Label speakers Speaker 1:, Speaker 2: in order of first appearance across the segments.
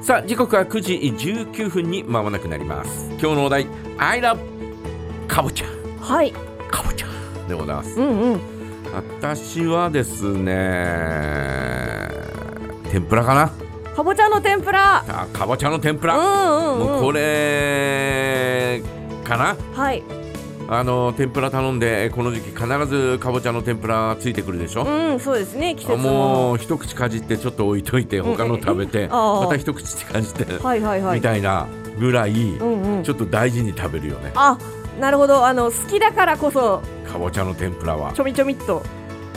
Speaker 1: さあ時刻は9時19分に間もなくなります今日のお題 I love かぼちゃ
Speaker 2: はい
Speaker 1: かぼちゃでございます
Speaker 2: うんうん
Speaker 1: 私はですね天ぷらかな
Speaker 2: かぼちゃの天ぷら
Speaker 1: あかぼちゃの天ぷ
Speaker 2: う
Speaker 1: ら、
Speaker 2: んう
Speaker 1: も
Speaker 2: ん
Speaker 1: う
Speaker 2: うん
Speaker 1: これかな
Speaker 2: はい
Speaker 1: あの天ぷら頼んでこの時期必ずかぼちゃの天ぷらついてくるでしょ、
Speaker 2: うんそうですね季節も
Speaker 1: もう一口かじってちょっと置いといて他の食べて、
Speaker 2: んああ
Speaker 1: また一口かじって、
Speaker 2: はいはいはい
Speaker 1: みたいなぐらい、
Speaker 2: うんうん
Speaker 1: ちょっと大事に食べるよね
Speaker 2: あなるほどあの好きだからこそ
Speaker 1: かぼちゃの天ぷらは
Speaker 2: ちょみちょみっと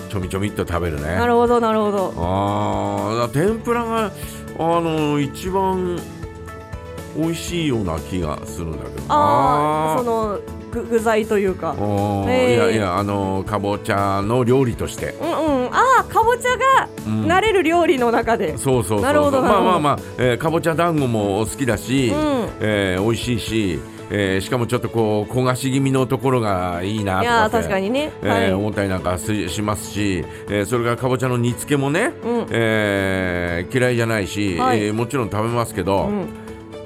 Speaker 1: ちょみちょみっと食べるね
Speaker 2: なるほどなるほど
Speaker 1: ああ天ぷらがあの一番美味しいような気がするんだけど
Speaker 2: ああそ
Speaker 1: の
Speaker 2: の具具材というか
Speaker 1: いや
Speaker 2: へー
Speaker 1: いやあのかぼちゃの料理として、
Speaker 2: うんうんああかぼちゃが
Speaker 1: うん
Speaker 2: 慣れる料理の中で
Speaker 1: そうそうそう
Speaker 2: なるほどなる
Speaker 1: まあ
Speaker 2: ほど
Speaker 1: まあまあ、えーかぼちゃ団子も好きだし、
Speaker 2: うん
Speaker 1: えー美味しいし、えーしかもちょっとこう焦がし気味のところがいいないと
Speaker 2: や
Speaker 1: か
Speaker 2: ー
Speaker 1: って
Speaker 2: 確かにね
Speaker 1: えー
Speaker 2: はい
Speaker 1: 思ったりなんかししますし、えーそれからかぼちゃの煮付けもね、
Speaker 2: うん
Speaker 1: えー嫌いじゃないし、
Speaker 2: はい
Speaker 1: えーもちろん食べますけど、
Speaker 2: うん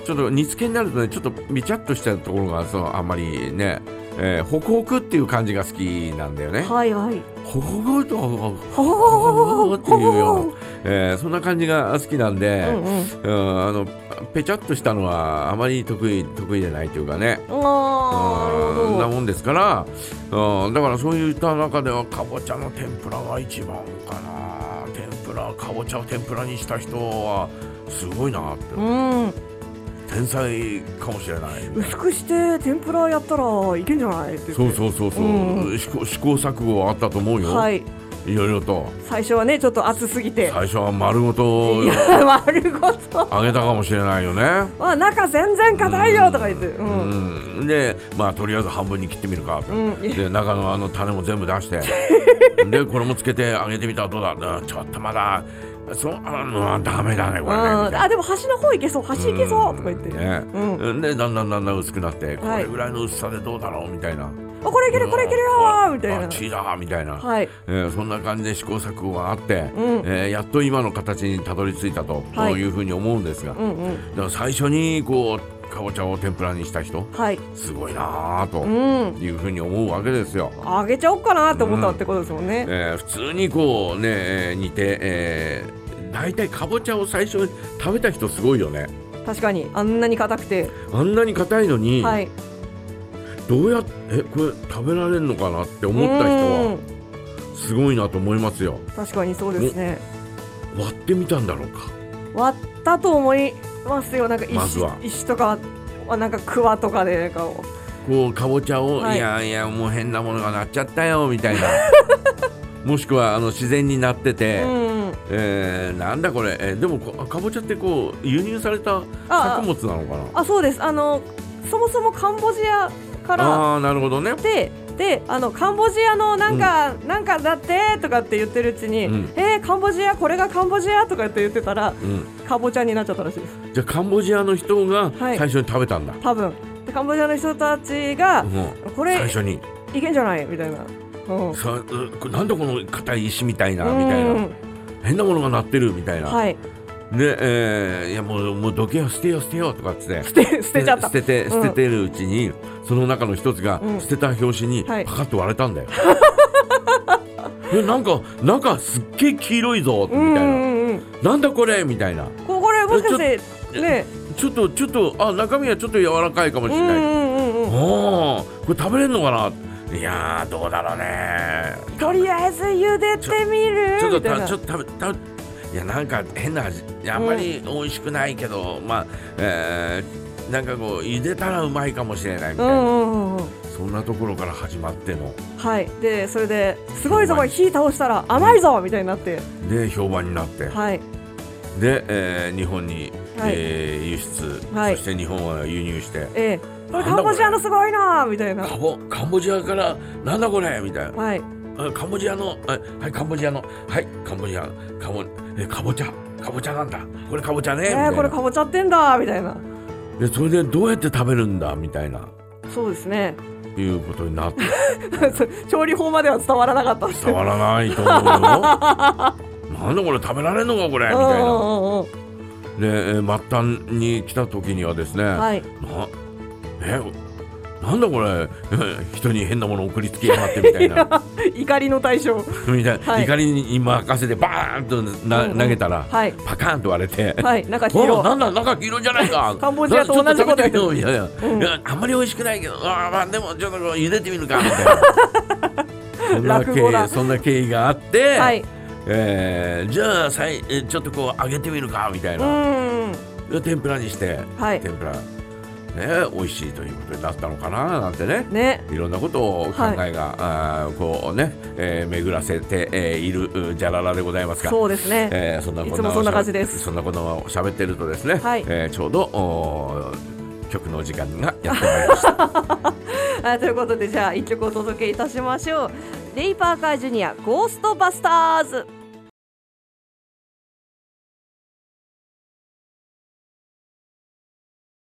Speaker 1: ちょっと煮付けになるとねちょっとびちゃっとしたところがそうあんまりね、えーホクホクっていう感じが好きなんだよね。
Speaker 2: はいはい
Speaker 1: ホクホクとホクホク
Speaker 2: ほほ
Speaker 1: ホクホクっていう
Speaker 2: ほ
Speaker 1: よ
Speaker 2: ほ、
Speaker 1: えーそんな感じが好きなんで、
Speaker 2: うんうん
Speaker 1: うんあのぺちゃっとしたのはあまり得意得意じゃないというかね。
Speaker 2: あ
Speaker 1: うんそん
Speaker 2: ー
Speaker 1: な
Speaker 2: なるほ
Speaker 1: もんですから、うん、だからそういった中ではかぼちゃの天ぷらが一番かな天ぷらかぼちゃを天ぷらにした人はすごいなって、
Speaker 2: どうん
Speaker 1: 天才かもしれない
Speaker 2: 薄くして天ぷらやったらいけんじゃないって
Speaker 1: そう
Speaker 2: う
Speaker 1: そうそうそう、
Speaker 2: う
Speaker 1: 試行試行錯誤はあったと思うよ、、
Speaker 2: はいい
Speaker 1: ろいろと
Speaker 2: 最初はねちょっと熱すぎて
Speaker 1: 最初は丸ごと
Speaker 2: いや丸ごと
Speaker 1: 揚げたかもしれないよね
Speaker 2: あ中全然硬いよとか言ってうん
Speaker 1: うん、でまあとりあえず半分に切ってみるか、
Speaker 2: うん
Speaker 1: で中のあの種も全部出 してでこれもつけて揚げてみたらどうだうんちょっとまだそうあうんダメだねこれねみたい
Speaker 2: うん、
Speaker 1: な
Speaker 2: あでも端の方行けそう端行けそうとか言って、
Speaker 1: ね
Speaker 2: うん
Speaker 1: でだんだんだんだん薄くなってこ
Speaker 2: はい
Speaker 1: れぐらいの薄さでどうだろうみたいな、
Speaker 2: あこれいけるこれいけるよーみたい
Speaker 1: あ
Speaker 2: な
Speaker 1: っちだみたいな、
Speaker 2: はい
Speaker 1: えーそんな感じで試行錯誤があって、
Speaker 2: うん
Speaker 1: えーやっと今の形にたどり着いたと、
Speaker 2: はい
Speaker 1: こういうふうに思うんですが、
Speaker 2: うんうん
Speaker 1: でも最初にこうかぼちゃを天ぷらにした人
Speaker 2: はい
Speaker 1: すごいなぁと。
Speaker 2: うん
Speaker 1: いうふうに思うわけですよ。
Speaker 2: あげちゃおっかなって思ったってことですもんね、
Speaker 1: えー普通にこうね、えー煮て、えー、大体かぼちゃを最初に食べた人すごいよね。
Speaker 2: 確かにあんなに硬くて、
Speaker 1: あんなに硬いのに、
Speaker 2: はい
Speaker 1: どうやってえこれ食べられるのかなって思った人
Speaker 2: う
Speaker 1: は
Speaker 2: ん
Speaker 1: すごいなと思いますよ。
Speaker 2: 確かにそうですね
Speaker 1: 割ってみたんだろうか。
Speaker 2: 割ったと思いますよなんか石,、
Speaker 1: まずは
Speaker 2: 石とかはなんかクワとかでなんか
Speaker 1: こうかぼちゃを、
Speaker 2: はい
Speaker 1: い、やいやもう変なものがなっちゃったよみた いな。もしくはあの自然になってて、
Speaker 2: うん
Speaker 1: えーなんだこれ、えーでもこかぼちゃってこう輸入された
Speaker 2: あ
Speaker 1: 作物なのかな
Speaker 2: あそうですあのそもそもカンボジアから
Speaker 1: ああーなるほどね
Speaker 2: でであのカンボジアのなんか、なんかだってとかって言ってるうちに、
Speaker 1: うん
Speaker 2: えーカンボジアこれがカンボジアとかって言ってたら
Speaker 1: うん
Speaker 2: かぼちゃになっちゃったらしいです
Speaker 1: じゃあカンボジアの人が
Speaker 2: は
Speaker 1: 最
Speaker 2: い
Speaker 1: 初に食べたんだ、
Speaker 2: 多分でカンボジアの人たちが
Speaker 1: うん、
Speaker 2: これ
Speaker 1: 最初に
Speaker 2: いけんじゃないみたいな、うん、
Speaker 1: さうこれなんでこの硬い石みたいなみたい
Speaker 2: う
Speaker 1: な
Speaker 2: ん
Speaker 1: 変なものがなってるみたいな、
Speaker 2: はい
Speaker 1: で、えーいやもうもうどけよ捨てよ捨てよとかっつって
Speaker 2: 捨て捨てちゃった
Speaker 1: 捨てて
Speaker 2: う
Speaker 1: 捨
Speaker 2: ん
Speaker 1: ててるうちに、その中の一つが
Speaker 2: うん
Speaker 1: 捨てた拍子にパカ
Speaker 2: はい
Speaker 1: ッと割れたん だよ、えなんか中すっげえ黄色いぞみた
Speaker 2: う
Speaker 1: い
Speaker 2: んう
Speaker 1: な、
Speaker 2: んうん
Speaker 1: なんだこれみたいな
Speaker 2: ここれもしかして
Speaker 1: ちょ
Speaker 2: ね
Speaker 1: ちょっとちょっとあ中身はちょっと柔らかいかもし
Speaker 2: う
Speaker 1: れ
Speaker 2: ん
Speaker 1: ない、
Speaker 2: うんうんうん
Speaker 1: おおこれ食べれるのかないやーどうだろうね
Speaker 2: とりあえず茹でてみる
Speaker 1: ちょっと
Speaker 2: みたい
Speaker 1: た
Speaker 2: な
Speaker 1: ちょっと食べ食べいやなんか変な味いやあんまり美味しくないけど、まあ、えーなんかこう茹でたらうまいかもしれないみ
Speaker 2: う
Speaker 1: たいな、
Speaker 2: んうんうんうん
Speaker 1: そんなところから始まっての
Speaker 2: はいでそれですごいぞ
Speaker 1: うま
Speaker 2: こ
Speaker 1: い
Speaker 2: れ火倒したら甘いぞみたいになって
Speaker 1: で評判になって、
Speaker 2: はい
Speaker 1: で、えー日本に、
Speaker 2: はい
Speaker 1: えー輸出、
Speaker 2: はい
Speaker 1: そして日本は輸入して
Speaker 2: ええ、これ
Speaker 1: なんだこれ
Speaker 2: カンボジアのすごいなーみたいな。
Speaker 1: カボカンボジアからなんだこれみたいな
Speaker 2: はい、
Speaker 1: あカンボジアの、あはい、カンボジアの、はい、カンボジア、カボ、え、かぼちゃ、かぼちゃなんだ。これかぼちゃね。
Speaker 2: え
Speaker 1: みたい
Speaker 2: ー、
Speaker 1: な
Speaker 2: これかぼちゃってんだーみたいな。
Speaker 1: で、それでどうやって食べるんだみたいな、
Speaker 2: そうですね。
Speaker 1: いうことになって、
Speaker 2: そう調理法までは伝わらなかったです。
Speaker 1: 伝わ らないと思うよ。なんだこれ食べられんのか、これみたいな。
Speaker 2: うんうんうんうん
Speaker 1: で、えー末端に来た時にはですね、
Speaker 2: はい
Speaker 1: なえなんだこれ 人に変なもの送りつけやがってみたい な
Speaker 2: 怒りの 対象
Speaker 1: みたいな、
Speaker 2: はい
Speaker 1: 怒りに任せてバーンとな、
Speaker 2: うんうん
Speaker 1: 投げたら、
Speaker 2: はい
Speaker 1: パカーンと割れて、
Speaker 2: はい中黄
Speaker 1: お
Speaker 2: 色
Speaker 1: うなんだ中黄色じゃないか
Speaker 2: カンボジアと同じこと
Speaker 1: だ
Speaker 2: 言ってる
Speaker 1: よみたいな、
Speaker 2: うん
Speaker 1: いやあんまり美味しくないけどあーまあでもちょっとこう茹でてみるかみたいなそんな
Speaker 2: 落語
Speaker 1: 経
Speaker 2: だ
Speaker 1: 緯そんな経緯があって、
Speaker 2: はい
Speaker 1: えーじゃあさいえちょっとこう揚げてみるかみたいうな、
Speaker 2: ーん
Speaker 1: で天ぷらにして、
Speaker 2: はい
Speaker 1: 天ぷらね美味しいということになったのかななんてね
Speaker 2: ね
Speaker 1: いろんなことを考えが、あーこうね、えー巡らせて、えーいるうじゃららでございますが
Speaker 2: そうですね、
Speaker 1: えーそんなこ
Speaker 2: いつもそんな感じです
Speaker 1: そんなことを喋ってるとですね、
Speaker 2: はい
Speaker 1: えーちょうどおー曲の時間がやってまいりました。
Speaker 2: あということでじゃあ一曲お届けいたしましょうレイ・パーカージュニアゴーストバスターズ